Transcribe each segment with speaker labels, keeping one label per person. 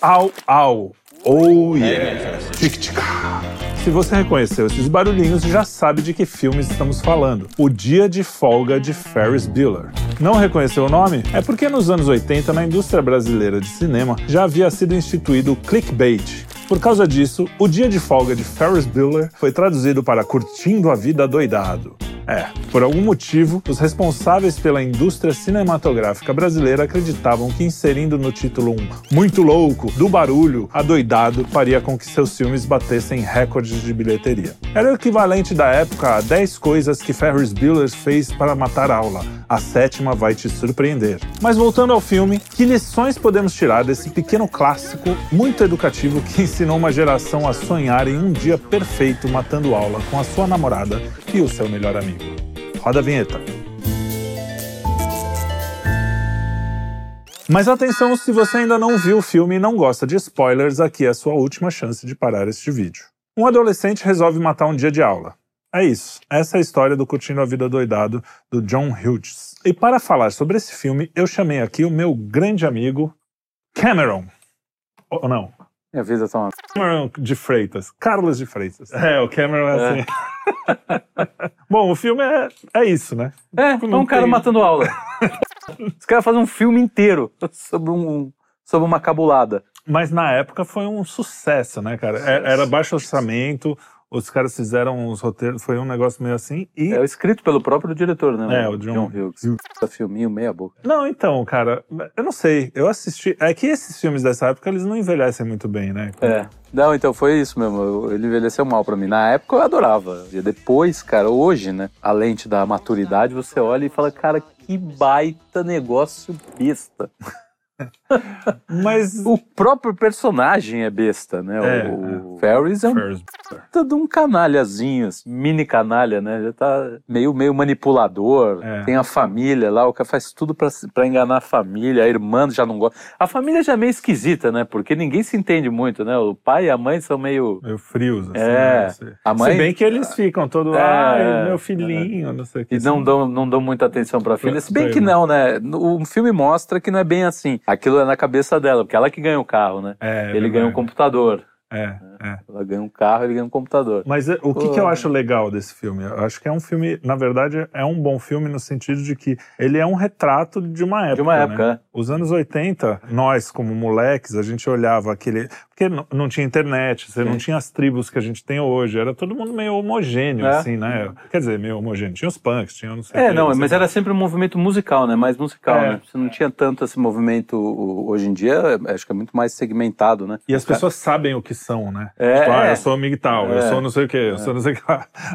Speaker 1: Au, au. Oh yeah.
Speaker 2: Tic-tica.
Speaker 1: Se você reconheceu esses barulhinhos, já sabe de que filmes estamos falando. O Dia de Folga de Ferris Bueller. Não reconheceu o nome? É porque nos anos 80, na indústria brasileira de cinema, já havia sido instituído o clickbait. Por causa disso, o Dia de Folga de Ferris Bueller foi traduzido para Curtindo a Vida Doidado. É, por algum motivo, os responsáveis pela indústria cinematográfica brasileira acreditavam que inserindo no título um muito louco, do barulho, adoidado, faria com que seus filmes batessem recordes de bilheteria. Era o equivalente da época a 10 coisas que Ferris Bueller fez para matar a aula. A sétima vai te surpreender. Mas voltando ao filme, que lições podemos tirar desse pequeno clássico muito educativo que ensinou uma geração a sonhar em um dia perfeito matando aula com a sua namorada e o seu melhor amigo? Roda a vinheta. Mas atenção se você ainda não viu o filme e não gosta de spoilers, aqui é a sua última chance de parar este vídeo. Um adolescente resolve matar um dia de aula. É isso. Essa é a história do Curtindo a Vida Doidado, do John Hughes. E para falar sobre esse filme, eu chamei aqui o meu grande amigo Cameron. Ou não,
Speaker 3: Minha vida tá uma...
Speaker 1: Cameron de Freitas. Carlos de Freitas. É, o Cameron é assim. Bom, o filme é, é isso, né?
Speaker 3: É, é um cara
Speaker 1: tem-
Speaker 3: matando aula. Os caras fazem um filme inteiro sobre, um, sobre uma cabulada.
Speaker 1: Mas na época foi um sucesso, né, cara? É- Era baixo orçamento, os caras fizeram os roteiros, foi um negócio meio assim. E.
Speaker 3: É escrito pelo próprio diretor, né?
Speaker 1: É, o John
Speaker 3: Hughes.
Speaker 1: Hughes.
Speaker 3: Esse Filminho meia boca.
Speaker 1: Não, então, cara, eu não sei. Eu assisti. É que esses filmes dessa época eles não envelhecem muito bem, né?
Speaker 3: É. Não, então foi isso mesmo. Eu- Ele envelheceu mal pra mim. Na época eu adorava. E depois, cara, hoje, né? A lente da maturidade, você olha e fala, cara, que baita negócio besta.
Speaker 1: Mas.
Speaker 3: O próprio personagem é besta, né? O-
Speaker 1: É,
Speaker 3: o Ferris é um
Speaker 1: Ferris-
Speaker 3: puta de um canalhazinho, assim, mini canalha, né? Já tá meio, meio manipulador.
Speaker 1: É.
Speaker 3: Tem a família lá, o cara faz tudo pra, se- pra enganar a família, a irmã já não gosta. A família já é meio esquisita, né? Porque ninguém se entende muito, né? O pai e a mãe são meio.
Speaker 1: Meio frios, assim.
Speaker 3: É,
Speaker 1: né? Você-
Speaker 3: a mãe-
Speaker 1: Se bem que eles ficam todo.
Speaker 3: É,
Speaker 1: Ai,
Speaker 3: é,
Speaker 1: meu filhinho, não sei o que.
Speaker 3: E não dão, não dão muita atenção pra filha. Se bem
Speaker 1: Sei,
Speaker 3: que
Speaker 1: né?
Speaker 3: não, né? No- O filme mostra que não é bem assim. Aquilo é na cabeça dela, porque ela que ganha o carro, né?
Speaker 1: É,
Speaker 3: ele
Speaker 1: verdade.
Speaker 3: ganha um computador.
Speaker 1: É, é.
Speaker 3: Ela ganha um carro, ele ganha um computador.
Speaker 1: Mas é, o que, que eu
Speaker 3: Pô.
Speaker 1: acho legal desse filme? Eu acho que é um filme, na verdade, é um bom filme no sentido de que ele é um retrato de uma época.
Speaker 3: De uma época,
Speaker 1: né?
Speaker 3: né?
Speaker 1: Os anos 80, nós, como moleques, a gente olhava aquele. Porque n- não tinha internet, você não
Speaker 3: Sim.
Speaker 1: tinha as tribos que a gente tem hoje. Era todo mundo meio homogêneo,
Speaker 3: É.
Speaker 1: assim, né? Quer dizer, meio homogêneo. Tinha os punks, tinha não sei o
Speaker 3: É,
Speaker 1: quê,
Speaker 3: não,
Speaker 1: sei
Speaker 3: mas
Speaker 1: o
Speaker 3: era sempre um movimento musical, né? Mais musical,
Speaker 1: tá É.
Speaker 3: né? Você não tinha tanto esse movimento o- hoje em dia, é- acho que é muito mais segmentado, né?
Speaker 1: E as pessoas sabem o que são, né?
Speaker 3: É,
Speaker 1: tipo, ah,
Speaker 3: é.
Speaker 1: eu sou migtal, eu
Speaker 3: É.
Speaker 1: sou não sei o quê, eu sou não sei o que.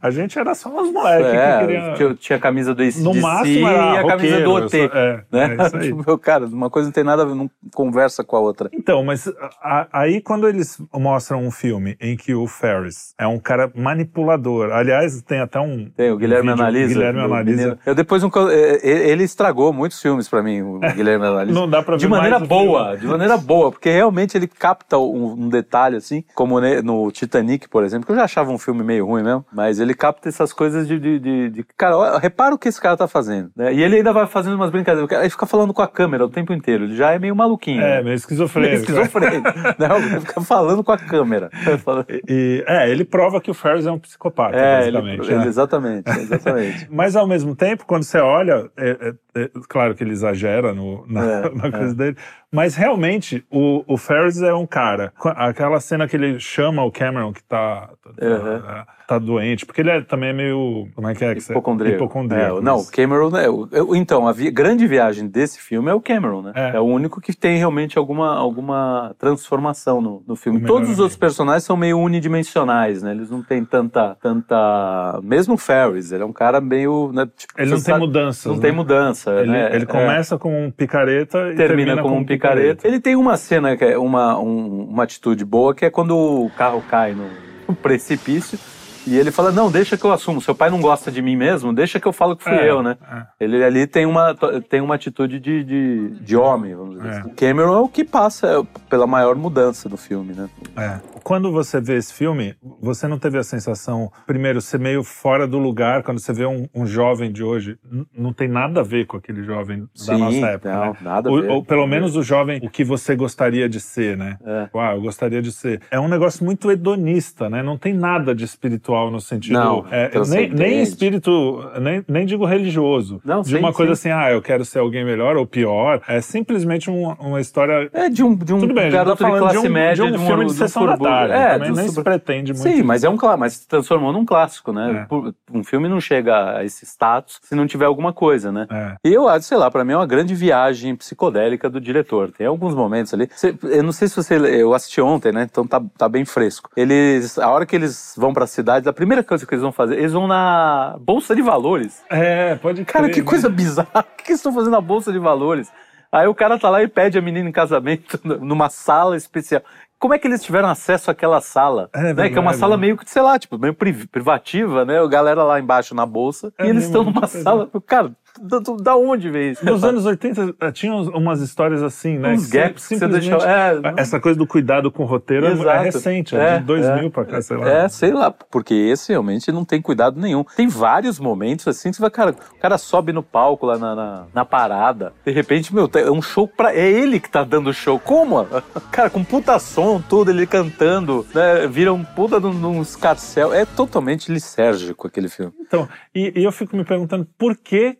Speaker 1: A gente era só uns moleques
Speaker 3: É,
Speaker 1: que queriam.
Speaker 3: tinha, tinha a camisa do
Speaker 1: No
Speaker 3: ACDC
Speaker 1: máximo era
Speaker 3: e a camisa
Speaker 1: roqueiro,
Speaker 3: do
Speaker 1: eu
Speaker 3: OT,
Speaker 1: sou- é,
Speaker 3: né?
Speaker 1: é isso aí.
Speaker 3: tipo, cara, uma coisa não tem nada a ver, não conversa com a outra.
Speaker 1: Então, mas a- a- aí quando eles mostram um filme em que o Ferris é um cara manipulador, aliás, tem até um.
Speaker 3: Tem, o Guilherme
Speaker 1: vídeo-
Speaker 3: Analisa.
Speaker 1: Guilherme
Speaker 3: do
Speaker 1: Analisa.
Speaker 3: menino. Eu depois nunca- é, é, Ele estragou muitos filmes pra mim, o Guilherme Analisa.
Speaker 1: É. Não dá pra ver
Speaker 3: de maneira
Speaker 1: mais o
Speaker 3: boa,
Speaker 1: filme.
Speaker 3: de maneira boa, porque realmente ele capta um, um detalhe assim, como ne- no Titanic, por exemplo, que eu já achava um filme meio ruim mesmo, mas ele capta essas coisas de, de, de- de- cara, ó, repara o que esse cara tá fazendo, né? E ele ainda vai fazendo umas brincadeiras, o cara- ele fica falando com a câmera o tempo inteiro, ele já é meio maluquinho.
Speaker 1: É,
Speaker 3: né?
Speaker 1: meio
Speaker 3: Meio
Speaker 1: esquizofrênico. né?
Speaker 3: esquizofrênico, né? O cara Fica falando com a câmera. Falando-
Speaker 1: E, é, ele prova que o Ferris é um psicopata,
Speaker 3: É, ele-
Speaker 1: basicamente. né?
Speaker 3: ele- exatamente, exatamente.
Speaker 1: Mas ao mesmo tempo, quando você olha, é- é- é- claro que ele exagera no- na,
Speaker 3: É,
Speaker 1: na coisa dele, mas realmente o, o Ferris é um cara. Co- Aquela cena que ele chama o Cameron que tá, tá,
Speaker 3: Uhum.
Speaker 1: tá doente, porque ele é, também é meio. Como é que é que você.
Speaker 3: Hipocondríaco.
Speaker 1: Hipocondríaco.
Speaker 3: É, não, o Cameron. É, o- eu- então, a vi- grande viagem desse filme é o Cameron, né?
Speaker 1: É.
Speaker 3: É, o único que tem realmente alguma, alguma transformação no, no
Speaker 1: O
Speaker 3: filme.
Speaker 1: melhor
Speaker 3: Todos os
Speaker 1: amigo.
Speaker 3: outros personagens são meio unidimensionais, né? Eles não têm tanta. tanta... Mesmo o Ferris, ele é um cara meio. Né, tipo,
Speaker 1: Ele não
Speaker 3: você
Speaker 1: tem
Speaker 3: sabe-
Speaker 1: mudanças.
Speaker 3: Não
Speaker 1: né?
Speaker 3: tem mudança.
Speaker 1: Ele,
Speaker 3: né?
Speaker 1: ele
Speaker 3: É
Speaker 1: começa com um picareta e
Speaker 3: termina, como um picareta. Ele tem uma cena que é uma, um- uma atitude boa, que é quando o carro cai no, no precipício. E ele fala: Não, deixa que eu assumo. Seu pai não gosta de mim mesmo, deixa que eu falo que fui
Speaker 1: É,
Speaker 3: eu, né? Ele ali tem uma, tem uma atitude de, de, de homem, vamos dizer
Speaker 1: É.
Speaker 3: assim. O Cameron é o que passa pela maior mudança do filme, né?
Speaker 1: É. Quando você vê esse filme, você não teve a sensação, primeiro, ser meio fora do lugar quando você vê um, um jovem de hoje, n- não tem nada a ver com aquele jovem da nossa época.
Speaker 3: não,
Speaker 1: né?
Speaker 3: nada a
Speaker 1: Ou,
Speaker 3: ver.
Speaker 1: ou pelo menos o jovem, o que você gostaria de ser, né?
Speaker 3: É.
Speaker 1: Uau, eu gostaria de ser. É um negócio muito hedonista, né? Não tem nada de espiritual no sentido.
Speaker 3: Não,
Speaker 1: é, nem,
Speaker 3: transcendente.
Speaker 1: nem espírito, nem, nem digo religioso.
Speaker 3: Não,
Speaker 1: de
Speaker 3: sim,
Speaker 1: uma coisa assim, ah, eu quero ser alguém melhor ou pior. É simplesmente um- uma história
Speaker 3: É de um, de um
Speaker 1: tudo bem, a gente
Speaker 3: garoto
Speaker 1: tá
Speaker 3: de
Speaker 1: falando
Speaker 3: classe
Speaker 1: de um,
Speaker 3: média,
Speaker 1: de um filme de sessão da
Speaker 3: subúrbio.
Speaker 1: tarde.
Speaker 3: É,
Speaker 1: também
Speaker 3: de um
Speaker 1: nem se
Speaker 3: sub-
Speaker 1: pretende muito.
Speaker 3: Sim, mas é um clá- mas se transformou num clássico, né?
Speaker 1: É.
Speaker 3: Por- Um filme não chega a esse status se não tiver alguma coisa, né?
Speaker 1: É.
Speaker 3: E eu acho, sei lá, pra mim é uma grande viagem psicodélica do diretor. Tem alguns momentos ali. Cê- eu não sei se você. Eu assisti ontem, né? Então tá, tá bem fresco. Eles. A hora que eles vão pra cidade, a primeira coisa que eles vão fazer, eles vão na Bolsa de Valores.
Speaker 1: É, pode
Speaker 3: Cara,
Speaker 1: crer,
Speaker 3: que
Speaker 1: né?
Speaker 3: coisa bizarra. O que que eles estão fazendo na Bolsa de Valores? Aí o cara tá lá e pede a menina em casamento n- numa sala especial. Como é que eles tiveram acesso àquela sala?
Speaker 1: É
Speaker 3: né? Que é uma
Speaker 1: verdade,
Speaker 3: sala
Speaker 1: né?
Speaker 3: meio que, sei lá, tipo, meio priv- privativa, né? A galera lá embaixo na bolsa.
Speaker 1: É
Speaker 3: e
Speaker 1: mesmo,
Speaker 3: eles estão numa
Speaker 1: muito pesado.
Speaker 3: sala. Cara, da, da onde vem isso?
Speaker 1: Nos anos 80 eh, tinha uns- umas histórias assim, né?
Speaker 3: Uns
Speaker 1: que
Speaker 3: gaps que você
Speaker 1: simplesmente-
Speaker 3: deixou. É, não-
Speaker 1: Essa coisa do cuidado com o roteiro é- é
Speaker 3: Exato.
Speaker 1: recente, é, de
Speaker 3: É,
Speaker 1: 2000
Speaker 3: é.
Speaker 1: pra cá, sei lá.
Speaker 3: É, sei lá, porque esse realmente não tem cuidado nenhum. Tem vários momentos assim que você vai, cara, o cara sobe no palco lá na, na, na parada, de repente, meu, tá- é um show pra. É ele que tá dando o show. Como? Cara, com puta som, tudo, ele cantando, né? Vira um puta de um, de um escarcel. É totalmente lisérgico aquele filme.
Speaker 1: Então, e, e eu fico me perguntando por que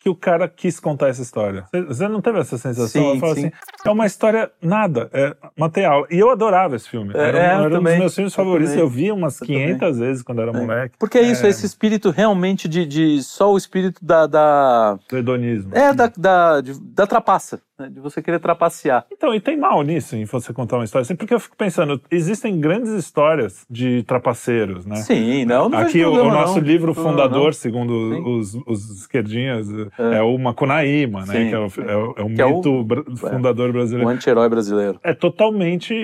Speaker 1: que o cara quis contar essa história. Você- Você não teve essa sensação?
Speaker 3: Sim,
Speaker 1: eu falo
Speaker 3: sim.
Speaker 1: assim, é uma história nada, é, matei a aula. E eu adorava esse filme.
Speaker 3: É,
Speaker 1: era um,
Speaker 3: é, eu
Speaker 1: era um dos
Speaker 3: também.
Speaker 1: meus filmes
Speaker 3: Eu
Speaker 1: favoritos.
Speaker 3: também.
Speaker 1: Eu vi umas
Speaker 3: Eu
Speaker 1: 500 vezes quando era moleque.
Speaker 3: Porque é isso, é esse espírito realmente de. de só o espírito da. da
Speaker 1: do hedonismo.
Speaker 3: é, da, da, de- da trapaça, né? de você querer trapacear.
Speaker 1: Então, e tem mal nisso, em você contar uma história assim, porque eu fico pensando, existem grandes histórias de trapaceiros, né?
Speaker 3: Sim, não, não vejo
Speaker 1: Aqui, o, o
Speaker 3: problema,
Speaker 1: nosso
Speaker 3: não.
Speaker 1: livro
Speaker 3: Problema
Speaker 1: fundador,
Speaker 3: não.
Speaker 1: segundo
Speaker 3: Sim.
Speaker 1: os, os esquerdinhas, é. o Macunaíma, né?
Speaker 3: Sim.
Speaker 1: Que é o, é o- é o
Speaker 3: Que é o-
Speaker 1: mito bra- fundador
Speaker 3: O
Speaker 1: brasileiro.
Speaker 3: Um anti-herói brasileiro.
Speaker 1: É totalmente,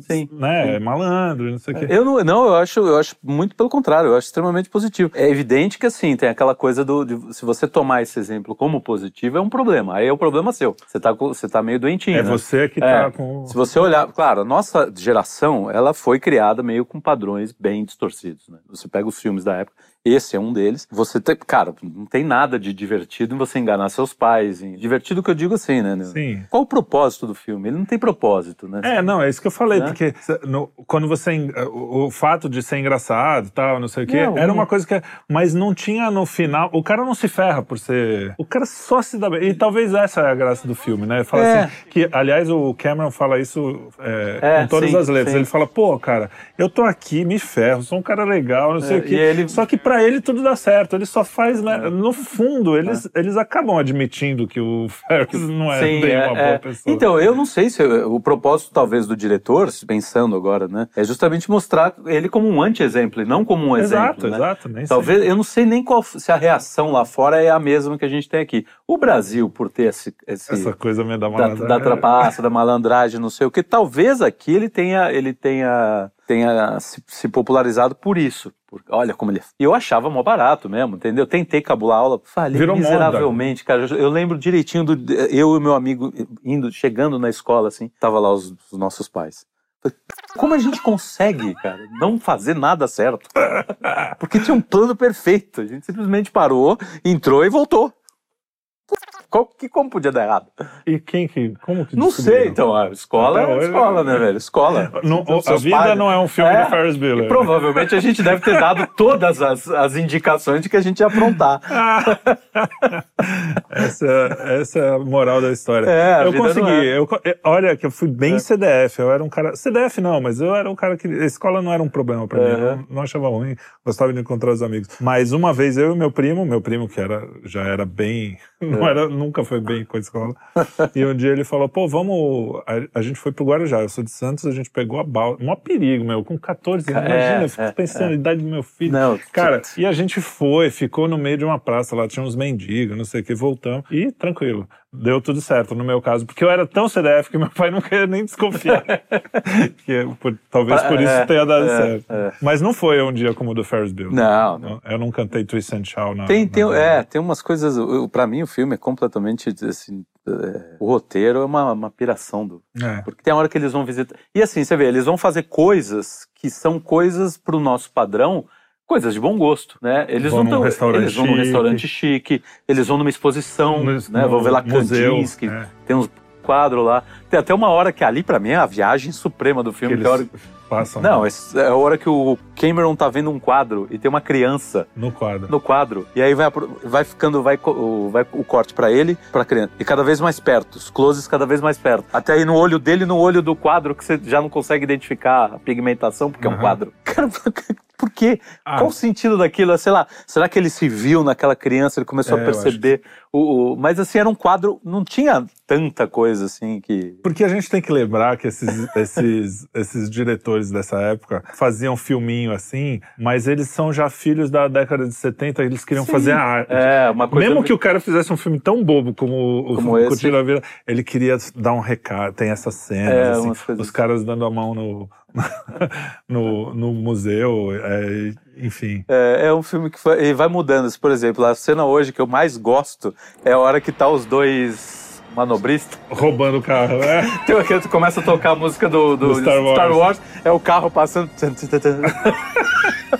Speaker 3: Sim,
Speaker 1: né,
Speaker 3: sim.
Speaker 1: é malandro, não sei o quê.
Speaker 3: Eu não, não, eu acho, eu acho muito pelo contrário, eu acho extremamente positivo. É evidente que assim, tem aquela coisa do de- se você tomar esse exemplo como positivo é um problema. Aí é o problema seu. Você tá, co- você tá meio doentinho.
Speaker 1: É
Speaker 3: né?
Speaker 1: você que
Speaker 3: É,
Speaker 1: tá com...
Speaker 3: Se você olhar, claro, a nossa geração, ela foi criada meio com padrões bem distorcidos, né? Você pega os filmes da época, esse é um deles. Você tem, cara, não tem nada de divertido em você enganar seus pais, em- divertido que eu digo assim, né?
Speaker 1: Sim.
Speaker 3: Qual o propósito do filme? Ele não tem propósito, né?
Speaker 1: É, não, é isso que eu falei,
Speaker 3: Né?
Speaker 1: porque cê- no- quando você. en- eh, O, o fato de ser engraçado e tal, não sei o quê,
Speaker 3: Não,
Speaker 1: era uma
Speaker 3: não.
Speaker 1: coisa que. é, Mas não tinha no final. O cara não se ferra por ser. O cara só se dá bem. E talvez essa é a graça do filme, né? Fala
Speaker 3: É.
Speaker 1: assim. Que, aliás, o Cameron fala isso é,
Speaker 3: É,
Speaker 1: com todas
Speaker 3: sim,
Speaker 1: as letras.
Speaker 3: sim.
Speaker 1: Ele fala, pô, cara, eu tô aqui, me ferro, sou um cara legal, não sei
Speaker 3: É,
Speaker 1: o quê.
Speaker 3: e ele- É.
Speaker 1: Só que pra ele tudo dá certo. Ele só faz. né? No fundo, eles, eles acabam admitindo que o Ferris não é bem
Speaker 3: é,
Speaker 1: uma
Speaker 3: é.
Speaker 1: boa pessoa.
Speaker 3: Então, eu não sei se eu- o propósito, talvez, do diretor, se pensando agora, né? É justamente mostrar ele como um anti-exemplo e não como um
Speaker 1: exato,
Speaker 3: exemplo. né?
Speaker 1: exato. Nem sei.
Speaker 3: Talvez, eu não sei nem qual, se a reação lá fora é a mesma que a gente tem aqui. O Brasil, por ter esse. esse-
Speaker 1: Essa coisa meio da
Speaker 3: da,
Speaker 1: malandragem.
Speaker 3: da trapaça, da malandragem, não sei o que. Talvez aqui ele tenha, ele tenha, tenha se, se popularizado por isso. Por- olha como ele. E eu achava mó barato mesmo, entendeu? Tentei cabular aula, falei
Speaker 1: Virou moda.
Speaker 3: miseravelmente, cara. Eu, eu lembro direitinho do eu e meu amigo indo, chegando na escola assim, tava lá os, os nossos pais. Falei, Como a gente consegue, cara, não fazer nada certo? Porque tinha um plano perfeito. A gente simplesmente parou, entrou e voltou. Qual- que como podia dar errado?
Speaker 1: E quem que. Como que
Speaker 3: Não
Speaker 1: descobriram?
Speaker 3: sei, então, a escola
Speaker 1: Até
Speaker 3: é
Speaker 1: hoje-
Speaker 3: escola, né, velho? Escola.
Speaker 1: Não,
Speaker 3: Seus
Speaker 1: a
Speaker 3: pais-
Speaker 1: vida não é um filme
Speaker 3: É.
Speaker 1: do Ferris Bueller.
Speaker 3: Provavelmente a gente deve ter dado todas as, as indicações de que a gente ia aprontar.
Speaker 1: Essa, essa é a moral da história.
Speaker 3: É, a
Speaker 1: eu
Speaker 3: vida
Speaker 1: consegui.
Speaker 3: não é.
Speaker 1: eu co- eu- olha, que eu fui bem CDF. Eu era um cara. CDF não, mas eu era um cara que. A escola não era um problema pra mim. Eu
Speaker 3: Uhum.
Speaker 1: não, não achava ruim. Gostava de encontrar os amigos. Mas uma vez eu e meu primo, meu primo que era, já era bem. Não
Speaker 3: É.
Speaker 1: era, nunca foi bem com a escola. e um dia ele falou: pô, vamos. A, a gente foi pro Guarujá. Eu sou de Santos, a gente pegou a balsa. Mó perigo, meu. Com 14 anos.
Speaker 3: É,
Speaker 1: Imagina, eu fico
Speaker 3: é,
Speaker 1: pensando na idade do meu filho.
Speaker 3: Não,
Speaker 1: Cara, e a gente foi, ficou no meio de uma praça lá, tinha uns mendigos, não sei o que, voltamos. E tranquilo, deu tudo certo no meu caso, porque eu era tão CDF que meu pai não queria nem desconfiar. que eu, por- talvez por isso
Speaker 3: É,
Speaker 1: tenha dado
Speaker 3: é,
Speaker 1: certo.
Speaker 3: é.
Speaker 1: Mas não foi um dia como o do Ferris Bueller.
Speaker 3: Não, não.
Speaker 1: Eu não cantei Twist and Shout na.
Speaker 3: Tem,
Speaker 1: na-
Speaker 3: tem, é, tem umas coisas. eu- Pra mim, o filme é completamente assim. é, o roteiro é uma, uma piração do.
Speaker 1: É.
Speaker 3: Porque tem a hora que eles vão visitar. E assim, você vê, eles vão fazer coisas que são coisas pro nosso padrão, coisas de bom gosto, né? Eles
Speaker 1: Vão
Speaker 3: não
Speaker 1: num
Speaker 3: tão-
Speaker 1: restaurante
Speaker 3: eles vão num
Speaker 1: chique.
Speaker 3: restaurante chique, eles vão numa exposição,
Speaker 1: No-
Speaker 3: né?
Speaker 1: no
Speaker 3: Vão ver lá
Speaker 1: museu,
Speaker 3: Kandinsky,
Speaker 1: é.
Speaker 3: tem uns quadros lá. Tem até uma hora que ali, pra mim, é a viagem suprema do
Speaker 1: Que
Speaker 3: filme. que é a hora-
Speaker 1: eles passam
Speaker 3: Não, esse- é a hora que o Cameron tá vendo um quadro e tem uma criança
Speaker 1: no quadro.
Speaker 3: no quadro. E aí vai, apro- vai ficando, vai, co- o- vai o corte pra ele, pra criança. E cada vez mais perto, os closes cada vez mais perto. Até aí no olho dele, no olho do quadro, que você já não consegue identificar a pigmentação, porque é
Speaker 1: Aham.
Speaker 3: um quadro. Cara, por quê?
Speaker 1: Ah.
Speaker 3: Qual o sentido daquilo? Sei lá, será que ele se viu naquela criança, ele começou
Speaker 1: É,
Speaker 3: a
Speaker 1: eu acho
Speaker 3: perceber o, o- Mas assim, era um quadro, não tinha tanta coisa assim que...
Speaker 1: Porque a gente tem que lembrar que esses, esses, esses diretores dessa época faziam filminho assim, mas eles são já filhos da década de 70, eles queriam
Speaker 3: Sim.
Speaker 1: fazer a arte.
Speaker 3: É, uma coisa...
Speaker 1: Mesmo que o cara fizesse um filme tão bobo como o
Speaker 3: Como
Speaker 1: o
Speaker 3: esse.
Speaker 1: Curtindo a Vida, ele queria dar um recado. Tem essas cenas,
Speaker 3: É,
Speaker 1: assim,
Speaker 3: umas coisas
Speaker 1: os
Speaker 3: assim.
Speaker 1: caras dando a mão no, no, no museu, é, enfim.
Speaker 3: É, é um filme que foi- e vai mudando. Por exemplo, a cena hoje que eu mais gosto é a hora que tá os dois manobristas.
Speaker 1: Roubando o carro, né?
Speaker 3: Tem uma que começa a tocar a música do, do
Speaker 1: Do Star
Speaker 3: Star, Wars.
Speaker 1: Wars.
Speaker 3: É o carro passando.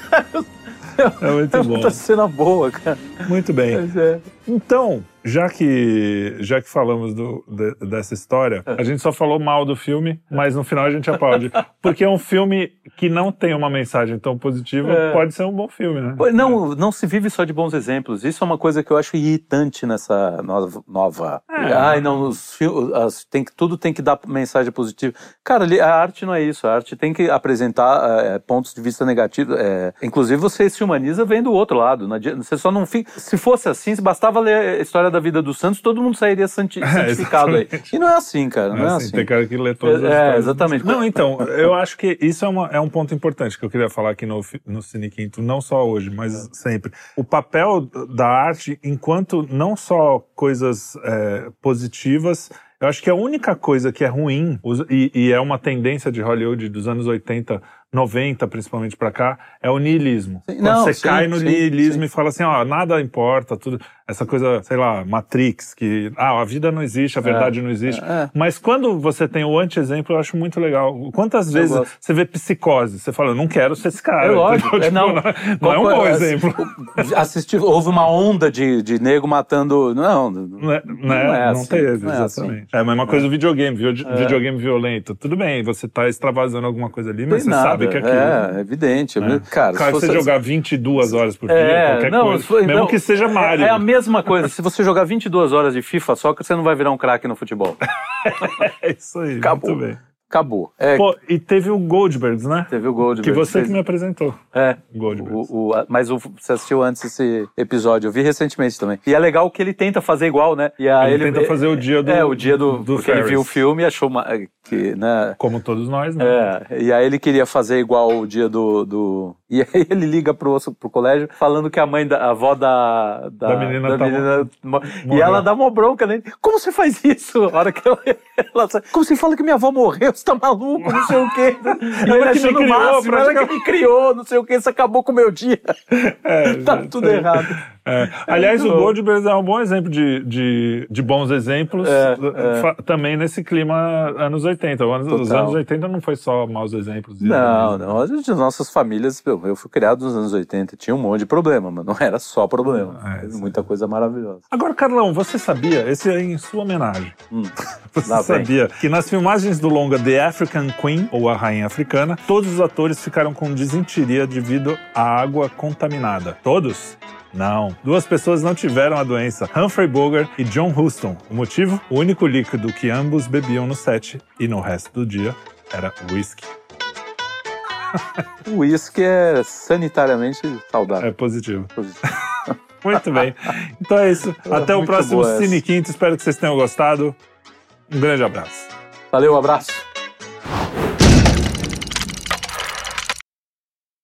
Speaker 1: É muito bom.
Speaker 3: Puta cena boa, cara.
Speaker 1: Muito bem.
Speaker 3: Mas é-
Speaker 1: Então, já que já que falamos do- de- dessa história,
Speaker 3: É.
Speaker 1: a gente só falou mal do filme, mas no final a gente aplaude. Porque é um filme que não tem uma mensagem tão positiva,
Speaker 3: É.
Speaker 1: pode ser um bom filme, né?
Speaker 3: Pô, Não, não se vive só de bons exemplos. Isso é uma coisa que eu acho irritante nessa nova. nova.
Speaker 1: É.
Speaker 3: Ai, não, os fil- as- tem que, tudo tem que dar mensagem positiva. Cara, ali, a arte não é isso. A arte tem que apresentar eh, pontos de vista negativos. eh, inclusive, você se humaniza vendo o outro lado. Não adianta- você só não fica. Se fosse assim, se bastava ler a história da vida do Santos, todo mundo sairia
Speaker 1: É,
Speaker 3: santi- santificado aí. E não é assim, cara. Não é assim.
Speaker 1: Né, Tem cara que lê todas
Speaker 3: É,
Speaker 1: as histórias.
Speaker 3: exatamente.
Speaker 1: Não, então, eu acho que isso é, uma- é um ponto importante que eu queria falar aqui no, fi- no Cine Quinto, não só hoje, mas sempre. O papel da arte, enquanto não só coisas é, positivas. Eu acho que a única coisa que é ruim, os- e, e é uma tendência de Hollywood dos anos 80, 90 principalmente pra cá, é o niilismo.
Speaker 3: Sim,
Speaker 1: Quando
Speaker 3: não,
Speaker 1: você
Speaker 3: sim,
Speaker 1: cai no
Speaker 3: sim,
Speaker 1: niilismo e fala assim, ó, nada importa, tudo. Essa coisa, sei lá, Matrix, que, ah, a vida não existe, a verdade não existe.
Speaker 3: É.
Speaker 1: Mas quando você tem o anti-exemplo, eu acho muito legal. Quantas vezes
Speaker 3: gosto.
Speaker 1: você vê psicose? Você fala, eu não quero ser esse cara.
Speaker 3: É lógico,
Speaker 1: entendeu?
Speaker 3: é,
Speaker 1: Tipo,
Speaker 3: não.
Speaker 1: não é um bom
Speaker 3: Compa-
Speaker 1: exemplo.
Speaker 3: assi- assisti- houve uma onda de, de nego matando. Não,
Speaker 1: Não, é, não, é-
Speaker 3: Não é
Speaker 1: não
Speaker 3: assim,
Speaker 1: teve,
Speaker 3: não é assim.
Speaker 1: exatamente. É a mesma coisa do videogame, vide- videogame violento. Tudo bem, você tá extravasando alguma coisa ali, mas você
Speaker 3: tem nada.
Speaker 1: sabe que é aquilo.
Speaker 3: É, é evidente. Cara,
Speaker 1: Cara,
Speaker 3: se
Speaker 1: se
Speaker 3: fosse- assim,
Speaker 1: você jogar 22 horas por dia,
Speaker 3: É,
Speaker 1: qualquer
Speaker 3: não,
Speaker 1: coisa,
Speaker 3: se for-
Speaker 1: mesmo
Speaker 3: não,
Speaker 1: que seja Mario.
Speaker 3: É, é a mesma coisa. se você jogar 22 horas de FIFA só, que você não vai virar um craque no futebol.
Speaker 1: É isso aí,
Speaker 3: Acabou.
Speaker 1: muito bem.
Speaker 3: Acabou. É,
Speaker 1: Pô, e teve o Goldbergs, né?
Speaker 3: teve o Gold.
Speaker 1: Que você que me apresentou,
Speaker 3: É.
Speaker 1: Goldbergs.
Speaker 3: O- o- a- mas o- você assistiu antes esse episódio, eu vi recentemente também. E é legal que ele tenta fazer igual, né? E aí
Speaker 1: Ele tenta fazer o dia do-
Speaker 3: É, o dia do.
Speaker 1: do
Speaker 3: porque ele viu
Speaker 1: Ferris.
Speaker 3: o filme e achou uma, que, né,
Speaker 1: Como todos nós, né?
Speaker 3: É, e aí ele queria fazer igual o dia do. do... E aí ele liga pro, pro colégio falando que a mãe da a avó da, da,
Speaker 1: Da menina tá
Speaker 3: mo- E
Speaker 1: morreu.
Speaker 3: ela dá uma bronca nele. Como você faz isso? A hora que ela, ela sai, Como você fala que minha avó morreu? Você tá maluco? Não sei o quê. E
Speaker 1: que me
Speaker 3: ele achando o
Speaker 1: criou,
Speaker 3: máximo, ela que
Speaker 1: praticamente.
Speaker 3: me criou, não sei o quê, isso acabou com o meu dia.
Speaker 1: É,
Speaker 3: tá
Speaker 1: já-
Speaker 3: tudo errado.
Speaker 1: É. Aliás,
Speaker 3: muito
Speaker 1: o
Speaker 3: bom.
Speaker 1: Goldbergs é um bom exemplo de, de, de bons exemplos
Speaker 3: É,
Speaker 1: eh, fa- também nesse clima anos 80. Os anos, os
Speaker 3: Total.
Speaker 1: anos 80 não foi só maus exemplos.
Speaker 3: Não, não. As nossas famílias, meu, eu fui criado nos anos 80, tinha um monte de problema, mas não era só problema.
Speaker 1: Ah, é,
Speaker 3: Teve
Speaker 1: sim.
Speaker 3: muita coisa maravilhosa.
Speaker 1: Agora, Carlão, você sabia, esse é em sua homenagem,
Speaker 3: Hum.
Speaker 1: você
Speaker 3: Lá vem.
Speaker 1: sabia que nas filmagens do longa The African Queen, ou A Rainha Africana, todos os atores ficaram com disentiria devido à água contaminada. Todos? Não. Duas pessoas não tiveram a doença, Humphrey Bogart e John Huston. O motivo? O único líquido que ambos bebiam no set e no resto do dia era whisky.
Speaker 3: O uísque é sanitariamente saudável.
Speaker 1: É positivo. Muito bem. Então é isso. Até o
Speaker 3: Ah, Muito
Speaker 1: próximo
Speaker 3: boa essa.
Speaker 1: Cine Quinto. Espero que vocês tenham gostado. Um grande abraço.
Speaker 3: Valeu, abraço.